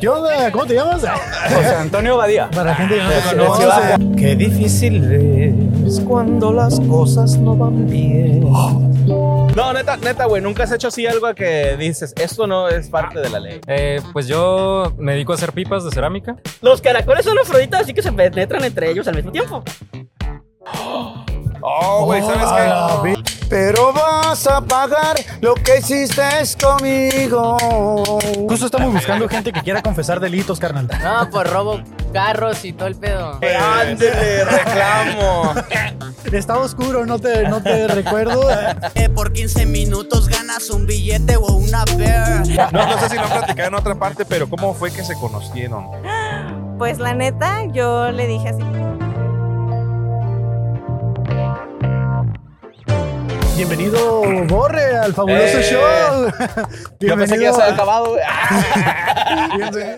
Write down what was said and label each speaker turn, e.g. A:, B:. A: ¿Qué onda? ¿Cómo te llamas?
B: José Antonio Badía.
A: Para la gente que no te
B: no,
A: conoce.
B: Qué difícil es cuando las cosas no van bien.
C: No, neta, neta, güey, nunca has hecho así algo que dices, esto no es parte de la ley.
B: Eh, pues yo me dedico a hacer pipas de cerámica.
D: Los caracoles son afroditas, así que se penetran entre ellos al mismo tiempo.
C: Oh, güey, ¿sabes qué?
A: Ah, vi-
E: Pero vas a pagar lo que hiciste conmigo.
A: Justo estamos buscando gente que quiera confesar delitos, carnal.
F: No, pues robo carros y todo el pedo.
C: Eh, Ándele, reclamo.
A: Está oscuro, no te, no te recuerdo.
G: Por 15 minutos ganas un billete o una beer.
C: No, no sé si lo han platicado en otra parte, pero ¿cómo fue que se conocieron?
H: Pues la neta, yo le dije así.
A: Bienvenido, Borre, al fabuloso
C: Eh,
A: show.
C: Yo pensé que ya se había acabado, güey.
A: Bienvenido.